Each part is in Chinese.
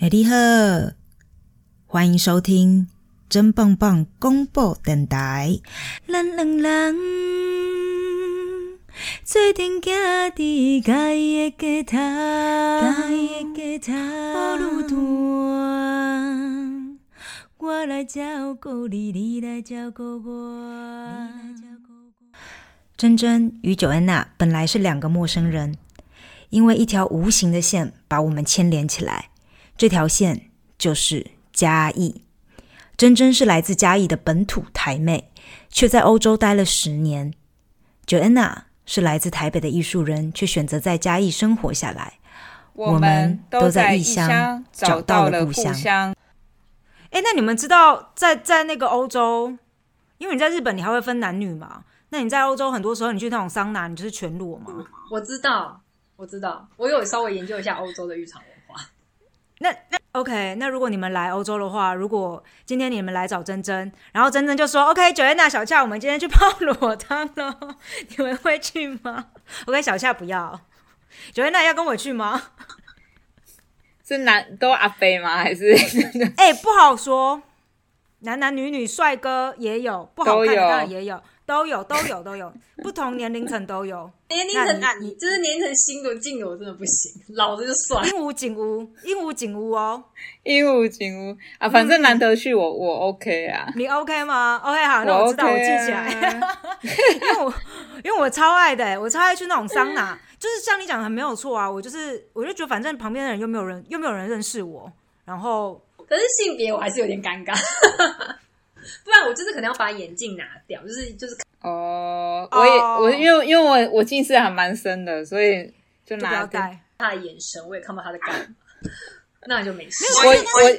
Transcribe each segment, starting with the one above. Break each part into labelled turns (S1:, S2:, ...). S1: 哎，你好，欢迎收听真棒棒公布电台。
S2: 咱两人做阵行伫家己的街头，家己的街头路
S1: 啊
S2: 段，我来照顾你，你来照顾我。
S1: 珍珍与九安娜本来是两个陌生人，因为一条无形的线把我们牵连起来。这条线就是嘉义。珍珍是来自嘉义的本土台妹，却在欧洲待了十年。九安娜是来自台北的艺术人，却选择在嘉义生活下来。我们都在异乡找到了故乡。哎，那你们知道在在那个欧洲，因为你在日本你还会分男女嘛？那你在欧洲很多时候你去那种桑拿，你就是全裸嘛？
S3: 我知道，我知道，我有稍微研究一下欧洲的浴场文化。
S1: 那那 OK，那如果你们来欧洲的话，如果今天你们来找珍珍，然后珍珍就说 OK，九月娜小夏，我们今天去泡裸汤喽， 你们会去吗？OK，小夏不要，九月娜要跟我去吗？
S4: 是男都阿飞吗？还 是
S1: 哎、不好说，男男女女帅哥也有，不好看的
S4: 都有
S1: 当然也有，都有都有都有，不同年龄层都有。
S3: 年龄层啊，你就是年龄层新的进的我真的不行，老的就算了
S1: 鹦。鹉警屋，鹦鹉警屋哦，
S4: 鹦鹉警屋啊？反正难得去我，我 OK 啊。
S1: 你 OK 吗？OK 好，那
S4: 我
S1: 我知道，我
S4: OK
S1: 记
S4: 啊
S1: 起 来。因为我因为我超爱的、欸我超爱去那种桑拿，就是像你讲的很没有错啊。我就是我就觉得反正旁边的人又没有人又没有人认识我，然后
S3: 可是性别我还是有点尴尬， 不然我就是可能要把眼镜拿掉，就是就是
S4: 哦，我也
S1: 哦
S4: 我因为因为我我近视还蛮深的，所以就
S1: 就不
S4: 拿
S1: 要
S4: 个
S1: 戴。
S3: 看他的眼神，我也看不到他在干嘛，那就没事。
S4: 我我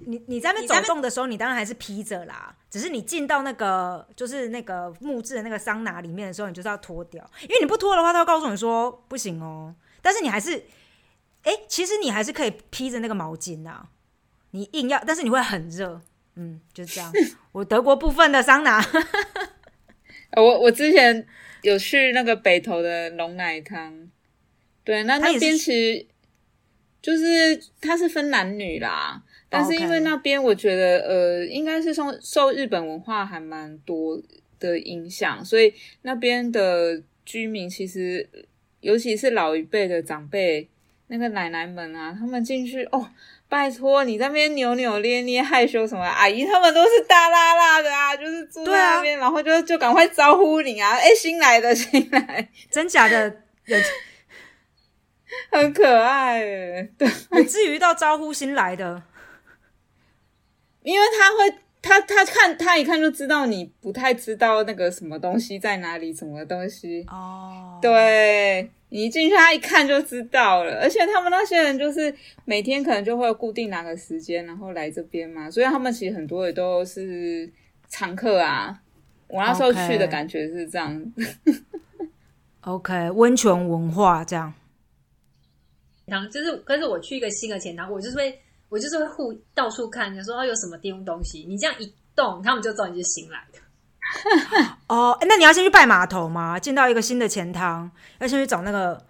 S1: 你你在那边走动的时候，你当然还是披着啦，只是你进到那个就是那个木质的那个桑拿里面的时候，你就是要脱掉，因为你不脱的话，他会告诉你说不行哦。但是你还是，哎、其实你还是可以披着那个毛巾啊，你硬要，但是你会很热，嗯，就是这样。我德国部分的桑拿，
S4: 呃我我之前有去那个北投的龙奶汤，对，那
S1: 它也
S4: 那
S1: 是
S4: 边其实就是它是分男女啦，但是
S1: 哦 OK
S4: 因为那边我觉得呃，应该是受受日本文化还蛮多的影响，所以那边的居民其实尤其是老一辈的长辈。那个奶奶们啊，他们进去哦，拜托你在那边扭扭捏捏、害羞什么的，阿姨他们都是大拉拉的啊，就是坐在
S1: 对啊
S4: 那边，然后就就赶快招呼你啊，哎，新来的新来，
S1: 真假的有
S4: 很可爱耶，对，
S1: 有至于到招呼新来的，
S4: 因为他会。他他看他一看就知道你不太知道那个什么东西在哪里，什么东西。
S1: 哦，
S4: 对你一进去，他一看就知道了。而且他们那些人就是每天可能就会固定哪个时间，然后来这边嘛，所以他们其实很多也都是常客啊。哦我那时候
S1: OK
S4: 去的感觉是这样
S1: ，OK，温泉文化这样，
S3: 然后就是，可是我去一个新的钱塘，我就是会我就是会互到处看，想说哦有什么地方东西，你这样一动，他们就知道你是新来的。
S1: 哦，诶那你要先去拜码头吗？进到一个新的钱塘，要先去找那个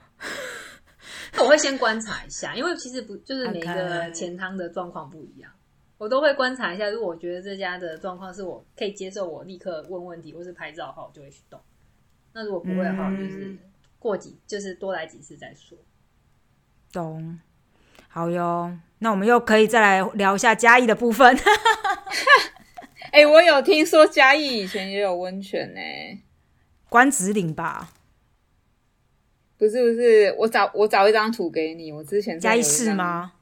S3: 我会先观察一下，因为其实不就是每一
S1: OK
S3: 个钱塘的状况不一样，我都会观察一下。如果我觉得这家的状况是我可以接受，我立刻问问题或是拍照的话，我就会去动。那如果不会的话，
S1: 嗯
S3: 我就是过几就是多来几次再说。
S1: 懂。好哟，那我们又可以再来聊一下嘉义的部 分。
S4: 哎、我有听说嘉义以前也有温泉呢、
S1: 关子岭吧，
S4: 不是不是，我找我找一张图给你，我之前
S1: 嘉义
S4: 有一
S1: 市
S4: 张？
S1: 吗？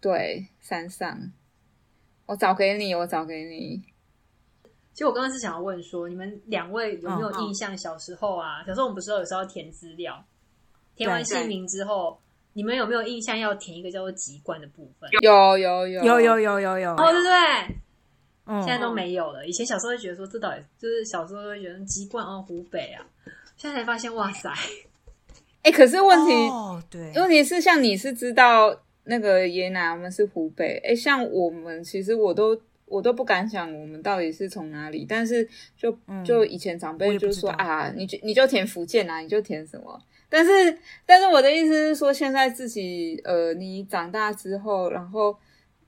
S4: 对，山上，我找给你，我找给你。
S3: 其实我刚刚是想要问说，你们两位有没
S1: 嗯
S3: 有印象小时候啊？小时候我们不是有时候要填资料，填完姓名之后，你们有没有印象要填一个叫做籍贯的部分？
S4: 有有有
S1: 有有有有有，
S3: 哦，对不对？
S1: 嗯
S3: 现在都没有了。以前小时候会觉得说，这到底就是小时候会觉得籍贯哦，湖北啊。现在才发现，哇塞！
S4: 哎、可是问题、
S1: 哦，对，
S4: 问题是，像你是知道那个爷奶他们是湖北，哎，像我们其实我都我都不敢想我们到底是从哪里，但是就
S1: 嗯
S4: 就以前长
S1: 我
S4: 辈
S1: 也不
S4: 就
S1: 知
S4: 说、
S1: 道
S4: 啊，你就你就填福建啊，你就填什么，但是，但是我的意思是说，现在自己呃，你长大之后，然后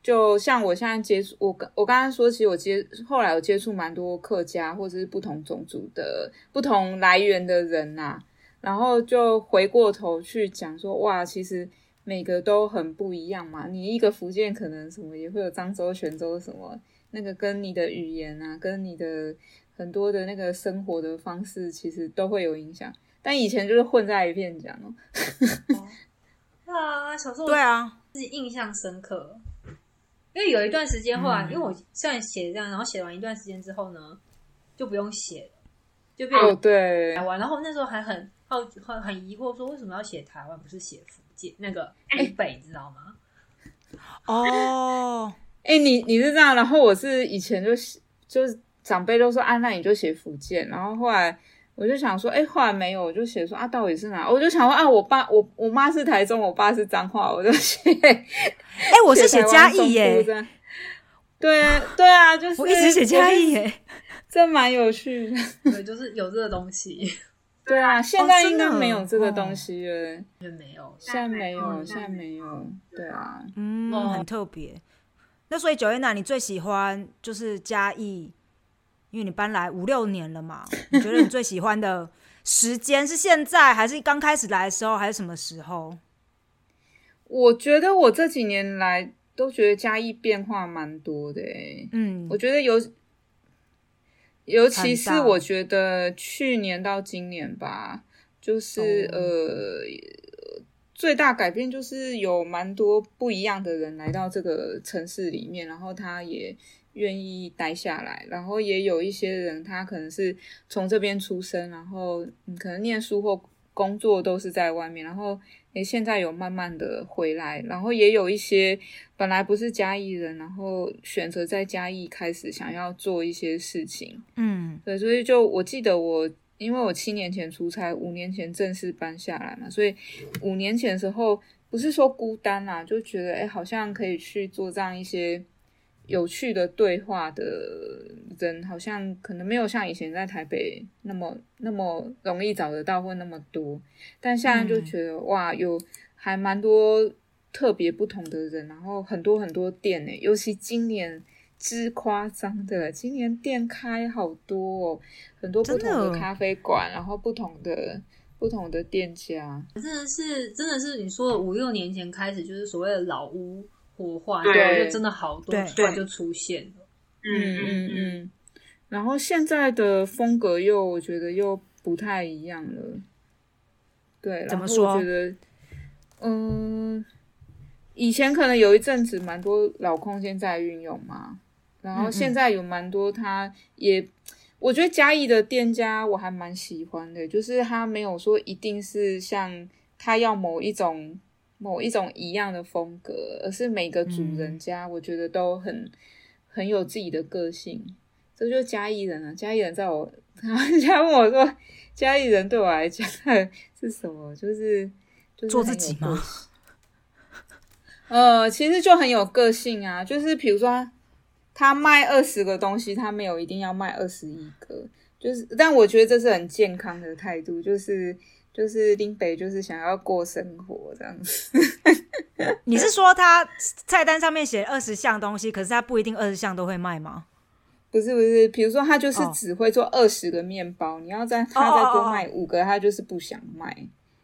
S4: 就像我现在接触，我刚我刚刚说，其实我接后来我接触蛮多客家或者是不同种族的、不同来源的人呐、然后就回过头去讲说，哇，其实每个都很不一样嘛。你一个福建可能什么也会有漳州、泉州什么，那个跟你的语言啊，跟你的很多的那个生活的方式，其实都会有影响。但以前就是混在一片讲哦，
S3: 啊，小时候
S2: 对啊，
S3: 是印象深刻，因为有一段时间后来，因为我虽然写这样，然后写完一段时间之后呢，就不用写了，就变
S4: 哦
S3: 成
S4: 对
S3: 台，湾。然后那时候还很好很很疑惑，说为什么要写台湾，不是写福建那个以北，知道吗？
S2: 哦，
S4: 哎、你你是这样，然后我是以前就写就是长辈都说啊，那你就写福建，然后后来我就想说，哎、后来没有，我就写说啊，到底是哪？我就想说啊，我爸我我妈是台中，我爸是彰化，我就写，
S2: 哎、 我是写嘉义耶，
S4: 耶。对对啊，就是
S2: 我一直写嘉义，耶，
S4: 这蛮有趣的。
S3: 对，就是有这个东西，
S4: 对啊，现在应该
S2: 真的
S4: 没有这
S2: 哦
S4: 个东西了，
S3: 就没有。
S4: 现在没有，
S3: 嗯
S4: 现在没有。对啊，
S2: 嗯，
S3: 哦
S2: 很特别。那所以九月娜，你最喜欢就是嘉义，因为你搬来五六年了嘛，你觉得你最喜欢的时间是现在，还是刚开始来的时候，还是什么时候？
S4: 我觉得我这几年来都觉得嘉义变化蛮多的诶、
S2: 嗯
S4: 我，觉得尤尤
S2: 很
S4: 其是
S2: 大
S4: 我觉得去年到今年吧，就是、
S2: 哦
S4: 呃，最大改变就是有蛮多不一样的人来到这个城市里面，然后他也愿意待下来，然后也有一些人他可能是从这边出生，然后嗯可能念书或工作都是在外面，然后诶现在有慢慢的回来，然后也有一些本来不是嘉义人，然后选择在嘉义开始想要做一些事情，
S2: 嗯，
S4: 对，所以就我记得我，因为我七年前出差，五年前正式搬下来嘛，所以五年前的时候不是说孤单啦、就觉得哎、诶好像可以去做这样一些有趣的对话的人，好像可能没有像以前在台北那么那么容易找得到或那么多，但现在就
S2: 嗯
S4: 觉得、哇，有还蛮多特别不同的人，然后很多很多店呢、尤其今年。之夸张的，今年店开好多哦，很多不
S2: 真的哦
S4: 同的咖啡馆，然后不同的不同的店家，
S3: 真的是，真的是你说的五六年前开始，就是所谓的老屋活化，
S4: 对
S3: 然后就真的好多
S2: 对
S3: 突然就出现了。
S4: 嗯嗯嗯。然后现在的风格又我觉得又不太一样了，对，
S2: 怎么
S4: 然后
S2: 说
S4: 我觉得，嗯、以前可能有一阵子蛮多老空间在运用嘛，然
S2: 嗯
S4: 后
S2: 嗯
S4: 现在有蛮多它也。我觉得嘉义的店家我还蛮喜欢的，就是他没有说一定是像他要某一种某一种一样的风格，而是每个主
S2: 嗯
S4: 人家我觉得都很很有自己的个性。这就是嘉义人啊，嘉义人在我 他人家问我说，嘉义人对我来讲 是什么？就是就是
S2: 做
S4: 很
S2: 自
S4: 有
S2: 己
S4: 个
S2: 吗
S4: 性？呃，其实就很有个性啊，就是比如说他他卖二十个东西，他没有一定要卖二十一个，就是，但我觉得这是很健康的态度，就是就是林北就是想要过生活这样子。
S2: 你是说他菜单上面写二十项东西，可是他不一定二十项都会卖吗？
S4: 不是不是，比如说他就是
S2: 哦
S4: 只会做二十个面包，你要在他再多卖五个，他就是不想卖，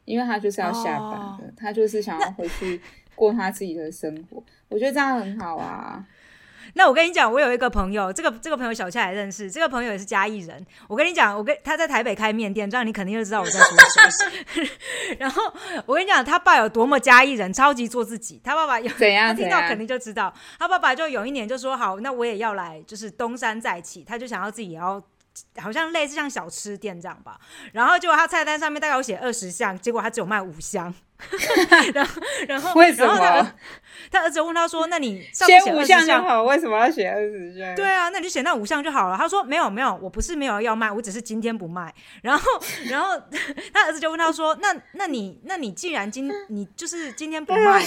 S4: 因为他就是要下班的，
S2: 哦
S4: 他就是想要回去过他自己的生活。我觉得这样很好啊。
S2: 那我跟你讲，我有一个朋友，这个这个朋友小蔡也认识，这个朋友也是嘉义人。我跟你讲，我跟他在台北开面店，这样你肯定就知道我在说
S4: 嗯
S2: 谁。然后我跟你讲，他爸有多么嘉义人，超级做自己。他爸爸有
S4: 怎样
S2: 他听到
S4: 怎样
S2: 肯定就知道，他爸爸就有一年就说好，那我也要来，就是东山再起，他就想要自己也要。好像类似像小吃店这样吧，然后结果他菜单上面大概有写二十项，结果他只有卖五项，然后
S4: 为什
S2: 然后然后
S4: 么
S2: 他儿他儿子问他说：“那你上面
S4: 写
S2: 写
S4: 五
S2: 20
S4: 项就
S2: 项
S4: 好？为什么要写二十项？
S2: 对啊，那你就写那五项就好了。他说没有没有，我不是没有要卖，我只是今天不卖。然后然后他儿子就问他说，那那你那你既然今你就是今天不
S4: 哎
S2: 卖，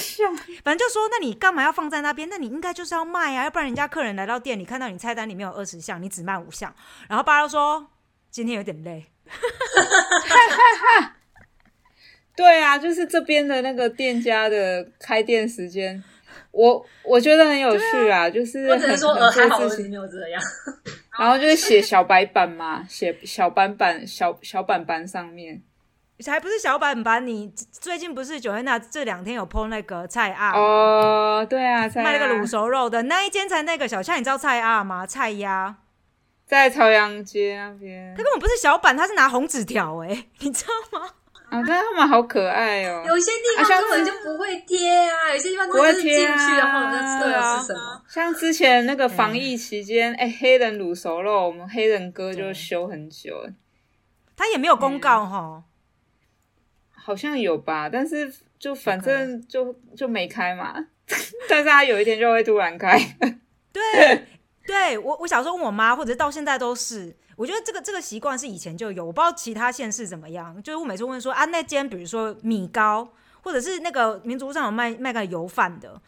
S2: 反正就说那你干嘛要放在那边？那你应该就是要卖啊，要不然人家客人来到店里看到你菜单里面有二十项，你只卖五项。然后爸就说今天有点累，
S4: 对啊，就是这边的那个店家的开店时间，我我觉得很有趣啊，就是
S3: 我只能
S4: 很
S3: 说，
S4: 很
S3: 呃，还好
S4: 多
S3: 我
S4: 事
S3: 是
S4: 情
S3: 没有这样。
S4: 然后就是写小白板嘛，写小板板小小板板上面，
S2: 还不是小板板，你最近不是九安娜这两天有 PO 那个菜啊，
S4: 哦，对啊，在
S2: 卖那个
S4: 啊
S2: 卤熟肉的那一间才那个小夏，你知道菜啊吗？菜鸭，
S4: 在朝阳街那边
S2: 他，根本不是小板，他是拿红纸条哎， 你知道吗？
S4: 啊，但他们好可爱哦，
S3: 有些
S4: 啊
S3: 地方
S4: 像
S3: 根本就不会贴啊，有些地方根
S4: 不会
S3: 本就是进
S4: 贴
S3: 去，
S4: 啊
S3: 然后我就知
S4: 对
S3: 道
S4: 啊
S3: 是什么。
S4: 像之前那个防疫期间，哎、黑人卤熟肉，我们黑人哥就修很久了，
S2: 他也没有公告哈，
S4: 好像有吧，但是就反正就就没开嘛， 但是他有一天就会突然开，
S2: 对，对我我小时候问我妈，或者是到现在都是。我觉得这个这个习惯是以前就有，我不知道其他县市怎么样。就是我每次问说啊，那间比如说米糕，或者是那个民族上有卖卖个油饭的，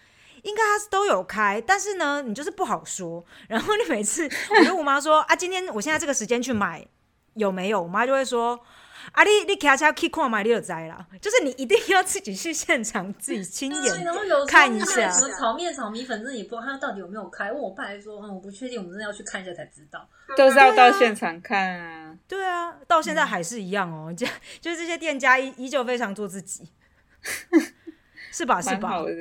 S2: 应该它是都有开，但是呢，你就是不好说。 然后你每次我就问我妈说啊，今天我现在这个时间去买有没有？我妈就会说啊，你你开车去看买你就知啦，就是你一定要自己去现场自己亲
S3: 对，
S2: 眼
S3: 然后有时候
S2: 看一
S3: 那个
S2: 下
S3: 什么炒面、炒米粉，真的也不知道它到底有没有开。问我爸还说，嗯，我不确定，我们真的要去看一下才知道。
S2: 啊
S4: 都是要到现场看啊。
S2: 对啊，到现在
S4: 嗯
S2: 还是一样哦， 这、就是这些店家依依旧非常做 自己，是吧？是
S4: 蛮
S2: 吧
S4: 好？的。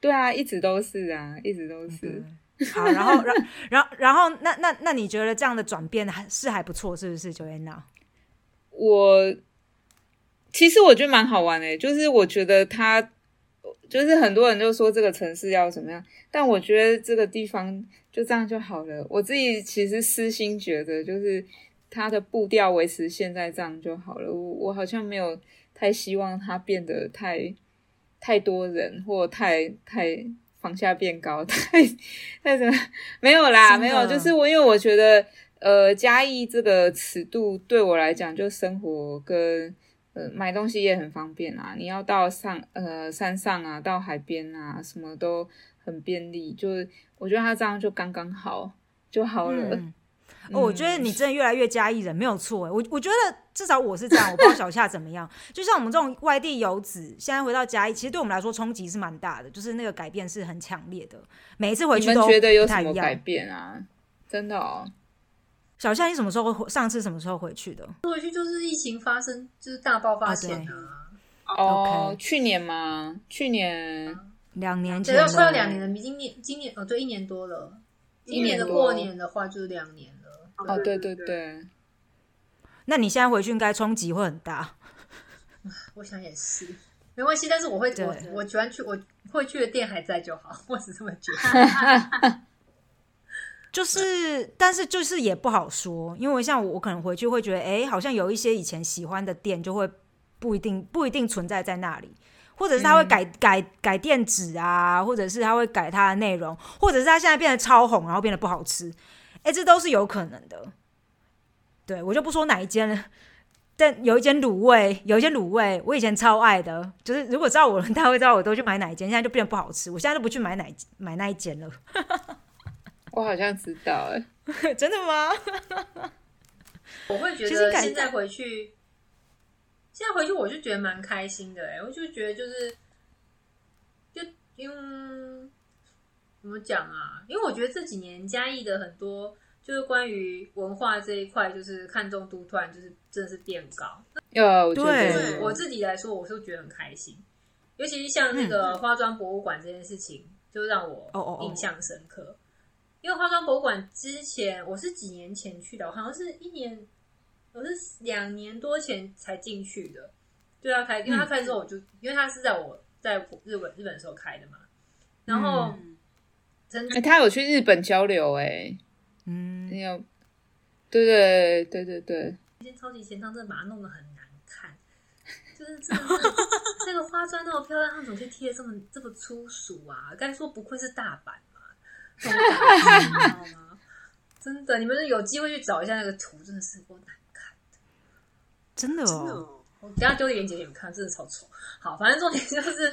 S4: 对啊，一直都是啊，一直都是。
S2: 好，然后，然然然后，那那那你觉得这样的转变还是还不错，是不是？九元娜，
S4: 我其实我觉得蛮好玩的、欸就是我觉得它，就是很多人就说这个城市要怎么样，但我觉得这个地方就这样就好了。我自己其实私心觉得，就是它的步调维持现在这样就好了。我我好像没有太希望它变得太太多人或太太房价变高，太太什么没有啦，
S2: 真的
S4: 没有，就是我因为我觉得。呃，嘉义这个尺度对我来讲，就生活跟呃买东西也很方便啦。你要到上呃山上啊，到海边啊，什么都很便利。就我觉得他这样就刚刚好就好了。
S2: 嗯，哦，我觉得你真的越来越加一人，没有错。欸我我觉得至少我是这样，我不知道小夏怎么 样。就像我们这种外地游子，现在回到嘉义，其实对我们来说冲击是蛮大的，就是那个改变是很强烈的。每一次回
S4: 你
S2: 去
S4: 们
S2: 都
S4: 觉得有
S2: 不太
S4: 什么
S2: 一
S4: 改
S2: 样。
S4: 变啊？真的哦，
S2: 小夏，你什么时候回？上次什么时候回去的？
S3: 回去就是疫情发生，就是大爆发
S2: 啊
S3: 前
S2: 对
S3: 啊，
S4: 哦嗯去年吗？去年
S2: 两年前
S3: 对，要
S2: 了，
S3: 快要两年了，今年今年哦，对，一年多了。今年的
S4: 一年多
S3: 过年的话就是两年了。
S4: 哦，对对对，
S2: 那你现在回去应该冲击会很大。
S3: 我想也是，没关系。但是我会，
S2: 对
S3: 我我喜欢去，我会去的店还在就好，我只这么觉 得。
S2: 就是，但是就是也不好说，因为像我，我可能回去会觉得，哎、好像有一些以前喜欢的店就会不一定不一定存在在那里，或者是他会改、改改店址啊，或者是他会改它的内容，或者是他现在变得超红，然后变得不好吃，哎、这都是有可能的。对我就不说哪一间了，但有一间卤味，有一间卤味，我以前超爱的，就是如果知道我， 大家会知道我都去买哪一间，现在就变得不好吃，我现在都不去买哪一买那一间了。
S4: 我好像知道哎、
S2: 真的吗？
S3: 我会觉
S2: 其实
S3: 得
S2: 感
S3: 现在回去，现在回去我就觉得蛮开心的、欸，我就觉得就是，就嗯，怎么讲啊？因为我觉得这几年嘉义的很多就是关于文化这一块，就是看重度突然就是真的是变高。
S4: 呃，我觉
S2: 对嗯
S4: 得
S3: 对我自己来说，我是觉得很开心，尤其是像那个化妆博物馆这件事情，就让
S2: 嗯哦哦
S3: 我
S2: 哦
S3: 印象深刻。因为化妆博物馆之前我是几年前去的，我好像是一年，我是两年多前才进去的。对啊，开，因为
S2: 嗯
S3: 他开的时候我就，因为他是在我在日本日本的时候开的嘛，然后真
S4: 哎、他有去日本交流哎、
S2: 嗯，
S4: 你有？对对对对对，
S3: 超级前汤真的把它弄得很难看， 就是真的是这个花砖那么漂亮，它怎么可以贴得这么这么粗俗啊？该说不愧是大阪嘛，这种感觉你知道吗？ 真的，你们有机会去找一下那个图，真的是够难看。
S2: 真的哦，
S3: 我等一下丢链接给你们看，真的超丑。好，反正重点就是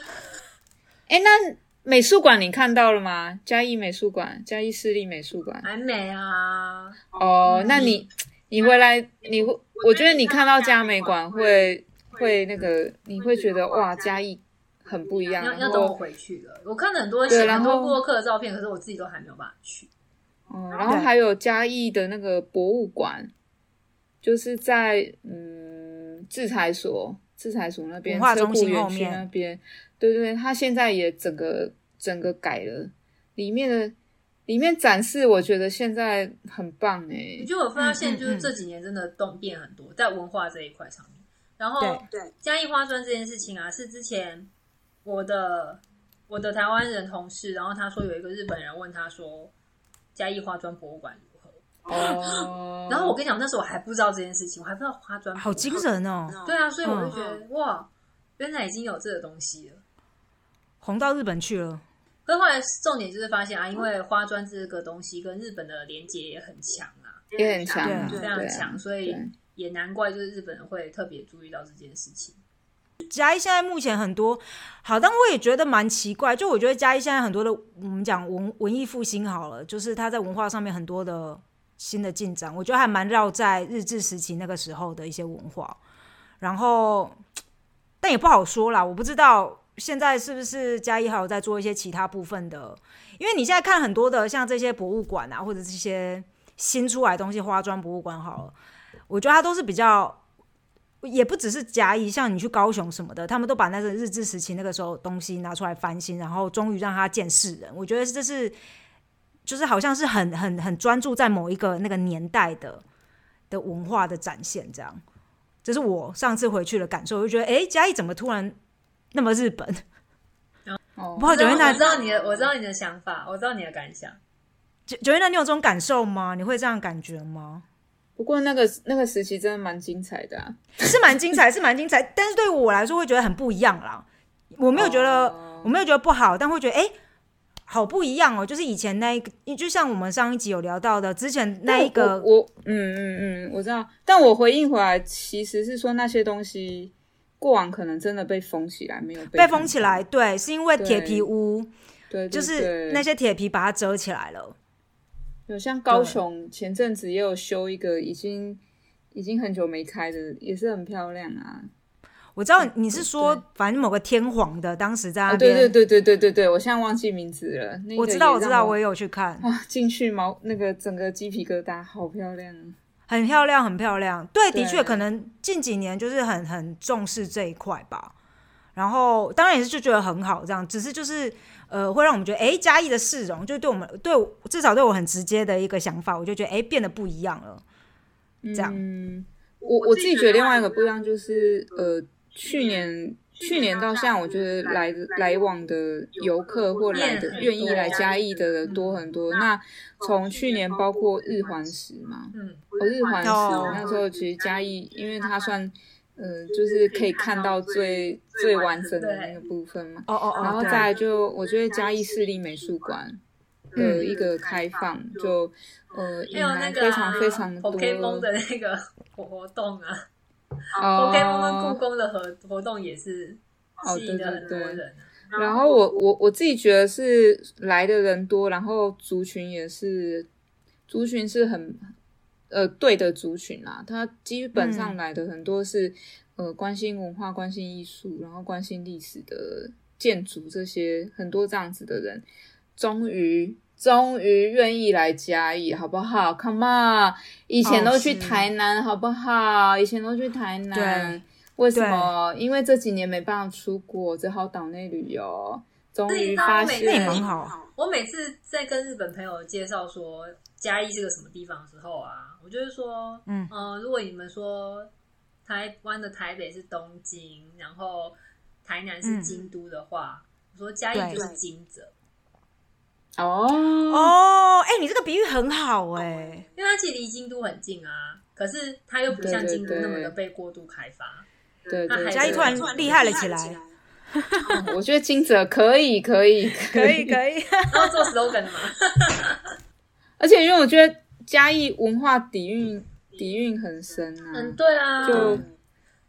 S4: 哎、那美术馆你看到了吗？嘉义美术馆，嘉义市立美术馆。
S3: 还美啊，嗯
S4: 哦，那你你回来，你会，我觉得你看到嘉美馆会会那个，你会觉得哇，嘉义很不一样。
S3: 要要
S4: 然
S3: 等我
S4: 后，
S3: 回去了。我看了很多
S4: 对然
S3: 很多
S4: 后
S3: 布洛克的照片，可是我自己都还没有办法去。
S4: 嗯，然后还有嘉义的那个博物馆，就是在嗯制裁所制裁所那边
S2: 文化
S4: 车
S2: 中
S4: 库
S2: 心
S4: 园
S2: 后
S4: 区
S2: 面
S4: 那边，对对对，它现在也整个整个改了，里面的里面展示，我觉得现在很棒哎、
S3: 我觉得我发现，
S2: 嗯
S3: 就是
S2: 嗯
S3: 这几年真的动变很多，在文化这一块上面。然后
S2: 对
S5: 对
S3: 嘉义花砖这件事情啊，是之前我的我的台湾人同事，然后他说有一个日本人问他说嘉义花砖博物馆如何，
S4: 哦，
S3: 然后我跟你讲，那时候我还不知道这件事情，我还不知道花砖博物馆
S2: 好精。神哦，
S3: 对啊，所以我就
S2: 嗯
S3: 觉得、哇，原来已经有这个东西了。
S2: 红到日本去了。
S3: 可是后来重点就是发现啊，因为花砖这个东西跟日本的连接也很强啊，
S4: 也很强
S2: 啊
S3: 非
S5: 对
S3: 常
S4: 对啊
S3: 强，所以
S4: 对
S3: 也难怪就是日本人会特别注意到这件事情。
S2: 嘉义现在目前很多好，但我也觉得蛮奇怪。就我觉得嘉义现在很多的，我们讲文文艺复兴好了，就是它在文化上面很多的新的进展，我觉得还蛮绕在日治时期那个时候的一些文化。然后，但也不好说啦，我不知道现在是不是嘉义还有在做一些其他部分的，因为你现在看很多的像这些博物馆啊，或者这些新出来的东西，花砖博物馆好了，我觉得它都是比较也不只是甲乙，像你去高雄什么的，他们都把那个日治时期那个时候的东西拿出来翻新，然后终于让他见世人。我觉得这是，就是好像是很很很专注在某一个那个年代的的文化的展现，这样。这是我上次回去的感受，我就觉得，哎，甲乙怎么突然那么日本？
S4: 哦
S2: 不过九
S3: 我
S2: 月
S3: 知道我
S2: 娜
S3: 知，道你的，我知道你的想法，我知道你的感想。
S2: 九九月娜，你有这种感受吗？你会这样感觉吗？
S4: 不过那个那个时期真的蛮精彩的啊，
S2: 是蛮精彩，是蛮精彩，但是对我来说会觉得很不一样啦。我没有觉得
S4: 哦
S2: 我没有觉得不好，但会觉得哎、诶好不一样哦。就是以前那一个，就像我们上一集有聊到的，之前那一
S4: 但
S2: 个
S4: 我我嗯嗯嗯，我知道，但我回应回来其实是说那些东西过往可能真的被封起来，没有被
S2: 被
S4: 被
S2: 封起来，，对，是因为铁皮屋，
S4: 对，对
S2: 就是
S4: 对
S2: 那些铁皮把它遮起来了。
S4: 有像高
S2: 对
S4: 雄前阵子也有修一个已经已经很久没开的，也是很漂亮啊。
S2: 我知道你是
S4: 对
S2: 说，反正某个天皇的，当时在那
S4: 啊对
S2: 边，
S4: 对对对对对对，我现在忘记名字了。那个
S2: 我知道，
S4: 也
S2: 我知
S4: 让
S2: 道，
S4: 我
S2: 我也有去看，
S4: 啊进去毛那个整个鸡皮疙瘩，好漂亮啊！
S2: 很漂亮，很漂亮。对，的确，
S4: 对
S2: 可能近几年就是很很重视这一块吧。然后当然也是就觉得很好，这样，只是就是呃，会让我们觉得，哎，嘉义的市容，就对我们对我至少对我很直接的一个想法，我就觉得，哎，变得不一样了。这样
S4: 嗯，我我自己觉得另外一个不一样就是，呃，去年去年到现在，我觉得来来往的游客或来的愿意来嘉义的人多很多。那从去年包括日环食嘛，
S3: 嗯，
S4: 我日环食
S2: 哦
S4: 那时候其实嘉义，因为它算呃，就是可以看到最最完整的那个部分嘛。
S2: 哦哦哦，
S4: 然后
S2: 对
S4: 再来就我觉得嘉义市立美术馆的一个开放，就呃
S3: 还
S4: 引
S3: 有那
S4: 来
S3: 个
S4: 非
S3: 啊
S4: 常非常多
S3: Pokemon 的那个活活动啊、
S4: 哦
S3: p o k e m o n 跟故宫的合活动也是
S4: 哦
S3: 吸
S4: 对
S3: 引了
S4: 对
S3: 很多
S4: 对
S3: 人啊。
S4: 然后我我我自己觉得是来的人多，然后族群也是，族群是很呃对的族群啦。他基本
S2: 嗯
S4: 上来的很多是、呃关心文化、关心艺术，然后关心历史的建筑这些很多这样子的人，终于终于愿意来嘉义，好不好？Come on，以前
S2: 哦
S4: 都去
S2: 是
S4: 台南，好不好？以前都去台南。
S2: 对
S4: 为什么？因为这几年没办法出国，只好岛内旅游。终于发
S2: 那也
S4: 现，
S2: 蛮好，
S3: 哦我每次在跟日本朋友介绍说嘉义是个什么地方的时候啊，我就是说，
S2: 嗯
S3: 呃，如果你们说台湾的台北是东京，然后台南是京都的话，我说嘉义就是金泽，
S4: 哦
S2: 哦，哎、你这个比喻很好哎、
S3: 因为它其实离京都很近啊，可是它又不
S4: 对
S3: 像
S4: 对
S3: 京都那么的
S4: 对
S3: 被过度开发。
S4: 对对对，
S3: 嘉义突然
S2: 厉害了起来
S4: 我觉得金泽可以，可以，
S2: 可以可以，
S3: 然后做 slogan 的嘛，
S4: 而且因为我觉得嘉义文化底蕴底蕴很深
S3: 嗯，
S4: 啊，
S3: 对啊，
S4: 就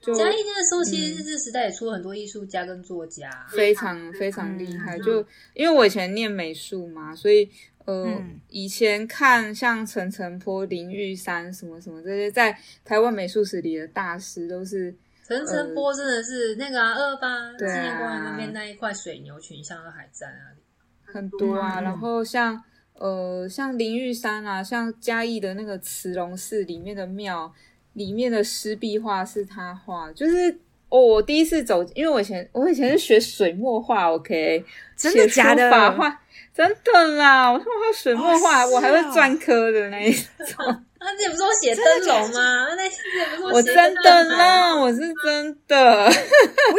S4: 就
S3: 嘉义那个时候，其实日治时代也出了很多艺术家跟作家，
S4: 非常非常厉害。就因为我以前念美术嘛，所以呃，
S2: 嗯
S4: 以前看像陈澄波、林玉山什么什么这些在台湾美术史里的大师，都是
S3: 陈诚波真的是那个啊，二八纪
S4: 嗯对啊
S3: 念公园那边那一块水牛群像都还在那里。
S4: 很多啊，
S1: 嗯
S4: 然后像呃像灵玉山啊，像嘉义的那个慈龙寺里面的庙里面的湿壁画是他画，就是哦，我第一次走，因为我以前我以前是学水墨画，OK，
S2: 真的
S4: 写
S2: 假的
S4: 书法画真的啦，我他妈画水墨画，
S2: 哦是
S4: 我还
S2: 哦
S4: 会篆刻的那一种，
S3: 那啊之前不是我写灯笼吗？啊那之前不是
S4: 我
S3: 写
S4: 真
S3: 灯
S4: 的
S3: 笼吗？
S4: 啦，我是真的。
S2: 我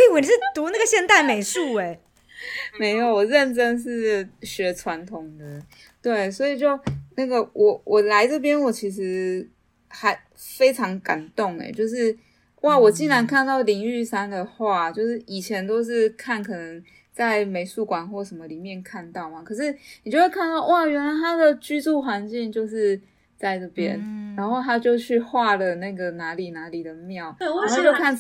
S2: 以为你是读那个现代美术哎、
S4: 没有，我认真是学传统的，对，所以就那个我我来这边，我其实还非常感动诶，就是哇，
S3: 嗯
S4: 我竟然看到林玉山的画，就是以前都是看可能在美术馆或什么里面看到嘛，可是你就会看到哇，原来他的居住环境就是在这边，
S3: 嗯
S4: 然后他就去画了那个哪里哪里的庙，
S3: 对，我
S4: 然后
S3: 想
S4: 就看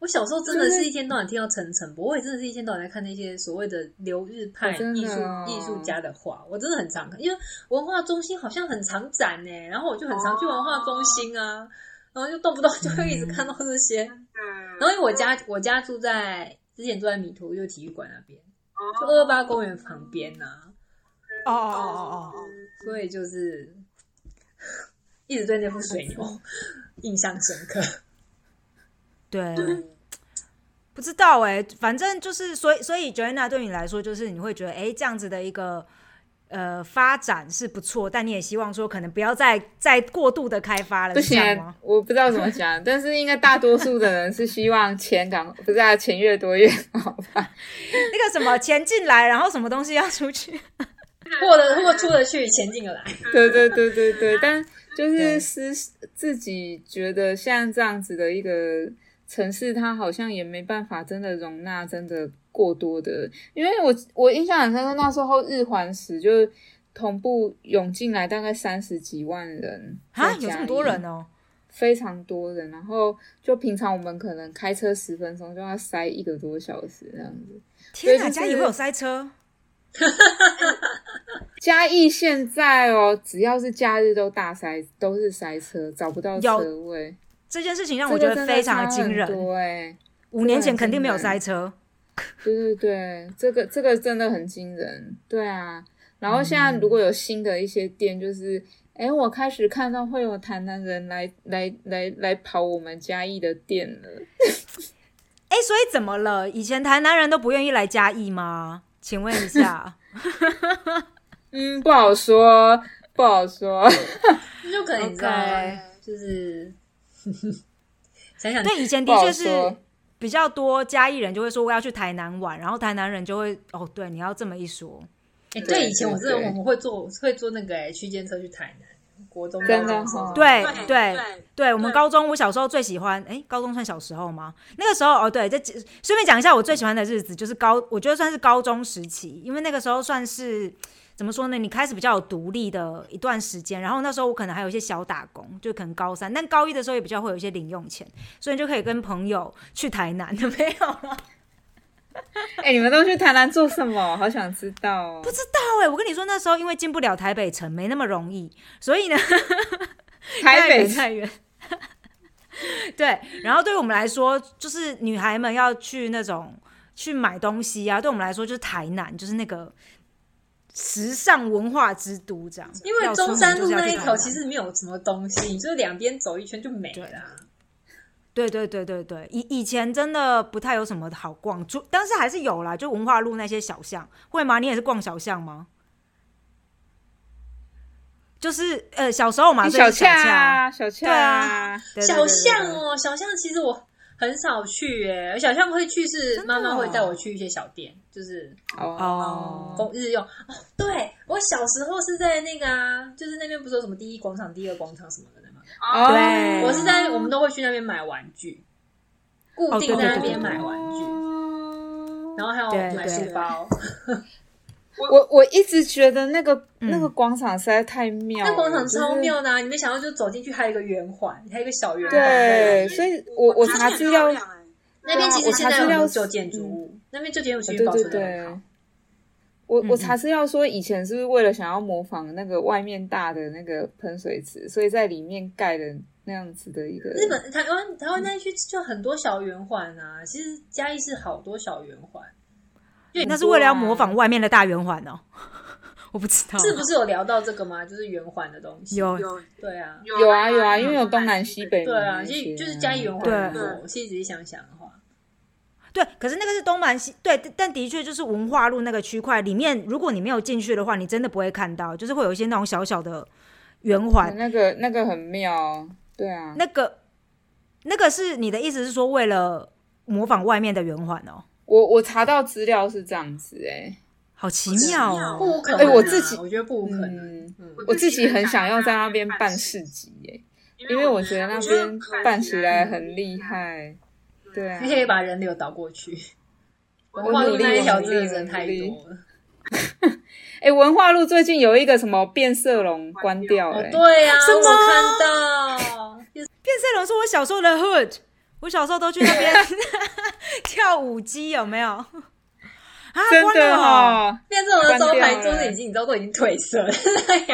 S3: 我小时候真的
S4: 就是
S3: 是一天到晚听到陈诚博，我也真的是一天到晚在看那些所谓的留日派
S4: 哦真的
S3: 艺术
S4: 哦
S3: 艺术家的画，我真的很常看，因为文化中心好像很常展呢、然后我就很常去文化中心啊，然后就动不动就会一
S4: 嗯
S3: 直看到这些。然后因为我家我家住在之前住在米图，就是体育馆那边，
S4: 哦
S3: 就二八公园旁边呐、啊，
S2: 哦哦哦哦哦，
S3: 所以就是一直对那副水牛 印象深 刻。
S2: 对，不知道哎、反正就是所以所以 Joanna 对你来说，就是你会觉得哎、这样子的一个。呃，发展是不错，但你也希望说，可能不要再再过度的开发了，
S4: 不
S2: 是这
S4: 行
S2: 样吗？，
S4: 我不知道怎么讲， 但是应该大多数的人是希望钱赶， 不是啊，钱越多越好 吧？
S2: 那个什么钱进来，然后什么东西要出去，
S3: 过了过出得去，钱进得来。
S4: 对对对对 对，但就
S2: 对
S4: 是是自己觉得像这样子的一个城市，它好像也没办法真的容纳真的过多的，因为我我印象很深刻，那时候日环食就同步涌进来大概三十几万人
S2: 啊，
S4: 在
S2: 有这
S4: 嘉
S2: 么多
S4: 义
S2: 人哦、
S4: 非常多人，然后就平常我们可能开车十分钟就要塞一个多小时那样子。
S2: 天
S4: 对
S2: 哪，
S4: 就是
S2: 家里会有塞车，
S4: 嘉义现在哦，只要是假日都大塞，都是塞车，找不到
S2: 有
S4: 车位，
S2: 这件事情让
S4: 这
S2: 我
S4: 个
S2: 觉
S4: 真
S2: 得
S4: 的
S2: 非常的
S4: 差很
S2: 惊人。
S4: 多哎，
S2: 五年前肯定没有塞车，
S4: 对对对，这个这个真的很惊人，对啊。然后现在如
S2: 嗯
S4: 果有新的一些店，就是哎、诶我开始看到会有台南人来来来来跑我们嘉义的店了。
S2: 哎、所以怎么了？以前台南人都不愿意来嘉义吗？请问 一下，
S4: 嗯，不好说，不好说。
S3: 那就可能你知道
S2: OK
S3: 就是 想想
S2: 对，以前
S4: 不
S2: 的
S4: 好
S2: 确是
S4: 说
S2: 比较多嘉义人就会说我要去台南玩，然后台南人就会哦，对，你要这么一说，
S3: 诶
S4: 对
S3: 哎对，以前我真的
S4: 对
S3: 我们会坐会坐那个哎区间车去台南，国中
S4: 真的
S3: 高中时候
S4: 哦
S2: 对对
S5: 对对
S2: 对，我们高中我小时候最喜欢，哎，高中算小时候吗？那个时候哦，对，这顺便讲一下我最喜欢的日子，就是高，我觉得算是高中时期，因为那个时候算是怎么说呢？你开始比较有独立的一段时间，然后那时候我可能还有一些小打工，就可能高三，但高一的时候也比较会有一些零用钱，所以就可以跟朋友去台南，没有了。
S4: 哎、你们都去台南做什么？好想知道哦。不知
S2: 对，我跟你说，那时候因为进不了台北城，没那么容易，所以呢，
S4: 台北
S2: 太远。 对，然后对我们来说，就是女孩们要去那种去买东西啊，对我们来说就是台南，就是那个时尚文化之都这样。
S3: 因为
S2: 要出
S3: 中
S2: 门
S3: 山
S2: 就
S3: 路
S2: 是要
S3: 那
S2: 去
S3: 一
S2: 台
S3: 条
S2: 南
S3: 其实没有什么东西，你就是两边走一圈就没了啊。
S2: 对对对对对，以以前真的不太有什么好逛，就但是还是有啦，就文化路那些小巷，会吗？你也是逛小巷吗？就是呃，小时候嘛，
S4: 你
S2: 所以
S4: 小
S2: 是小
S4: 恰
S2: 巷啊，
S4: 啊，小恰
S2: 啊，对对对
S3: 小
S2: 对
S3: 巷
S2: 对
S3: 哦，小巷其实我很少去哎，小巷会去是
S2: 真的
S3: 妈
S2: 哦
S3: 妈会带我去一些小店，就是
S4: 啊
S2: 哦
S3: 公日用哦。对我小时候是在那个啊，就是那边不是有什么第一广场、第二广场什么的吗？
S4: 哦
S2: 对
S3: 我是在我们都会去那边买玩具，固
S4: 哦
S3: 定在那边买玩具，然后还
S2: 对
S3: 有买书包。
S4: 我我一直觉得那个、
S2: 嗯
S4: 那个广场实在太妙了，
S3: 那广场超
S4: 就是
S3: 妙的、啊，你没想到就走进去还有一个圆环，还有一个小圆环。
S4: 对，所以我我查
S2: 啊
S4: 资料，
S5: 它是很漂亮
S3: 欸
S5: 哎
S3: 那边其实
S4: 我
S3: 现
S4: 查
S3: 在
S4: 资
S3: 有
S4: 料
S3: 很旧建筑物，那边旧建筑物其实
S4: 对
S3: 保
S4: 对
S3: 存的很
S4: 对
S3: 好。。
S4: 我
S2: 嗯
S4: 我
S2: 嗯
S4: 查资料说，以前是不是为了想要模仿那个外面大的那个喷水池，所以在里面盖了那样子的一个
S3: 日本、台湾、台湾那一区就很多小圆环啊，其实嘉义是好多小圆环，
S2: 那是为了要模仿外面的大圆环哦。 我不知道
S3: 是不是有聊到这个吗？就是圆环的东西，
S2: 有
S5: 有
S3: 对啊，
S4: 有啊有啊，因为有东南西北嘛
S3: 对啊，
S4: 那
S3: 就
S4: 些嗯
S3: 就是嘉义圆环很多。其实仔细想想的话，
S2: 对，可是那个是东蛮西对，但但的确就是文化路那个区块里面，如果你没有进去的话，你真的不会看到，就是会有一些那种小小的圆环。
S4: 那个那个很妙，对啊，
S2: 那个那个是你的意思是说，为了模仿外面的圆环哦，
S4: 我我查到资料是这样子哎、
S2: 好奇妙
S5: 妙
S2: 哦！
S3: 不可
S4: 哎
S3: 能啊。
S4: 我自己
S3: 我觉得不可能。
S4: 嗯，
S3: 嗯
S4: 我自己很想要在那边办市集耶、因为我觉得那边办起来很厉害，对啊
S3: 你，可以把人流导过去。文
S4: 我
S3: 化
S4: 努
S3: 路
S4: 力
S3: 那一条
S4: 我努
S3: 真
S4: 力
S3: 的人
S4: 我
S3: 太
S4: 努力
S3: 多了。
S4: 哎、文化路最近有一个什么变色龙关掉
S3: 哦
S4: 了、，
S3: 对呀、啊，
S2: 什么
S3: 我看到。
S2: 变色龙是我小时候的 hood，我小时候都去那边 跳舞机，有没有？ 啊，
S4: 真
S2: 关
S4: 的
S2: 了哦！
S4: 哈、
S3: 现在这种的招牌
S4: 关掉了
S3: 就是已经，你知道都已经褪色了，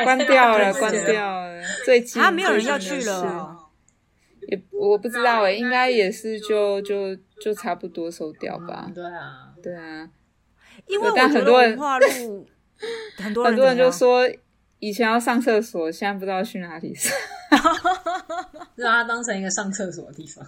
S4: 关掉了，
S3: 还是要
S4: 关
S3: 褪色。
S4: 掉了，最近
S2: 啊没有人
S4: 最近
S2: 要去了哦
S4: 就是也我不知道哎、应该也是就就就差不多收掉吧
S3: 嗯，对啊，
S4: 对啊，
S2: 因为我
S4: 但
S2: 觉
S4: 很
S2: 得
S4: 多
S2: 文
S4: 人
S2: 化 路很多人
S4: 很多人
S2: 怎么
S4: 就
S2: 样
S4: 说以前要上厕所，现在不知道去哪里上。
S3: 让它当成一个上厕所的地方。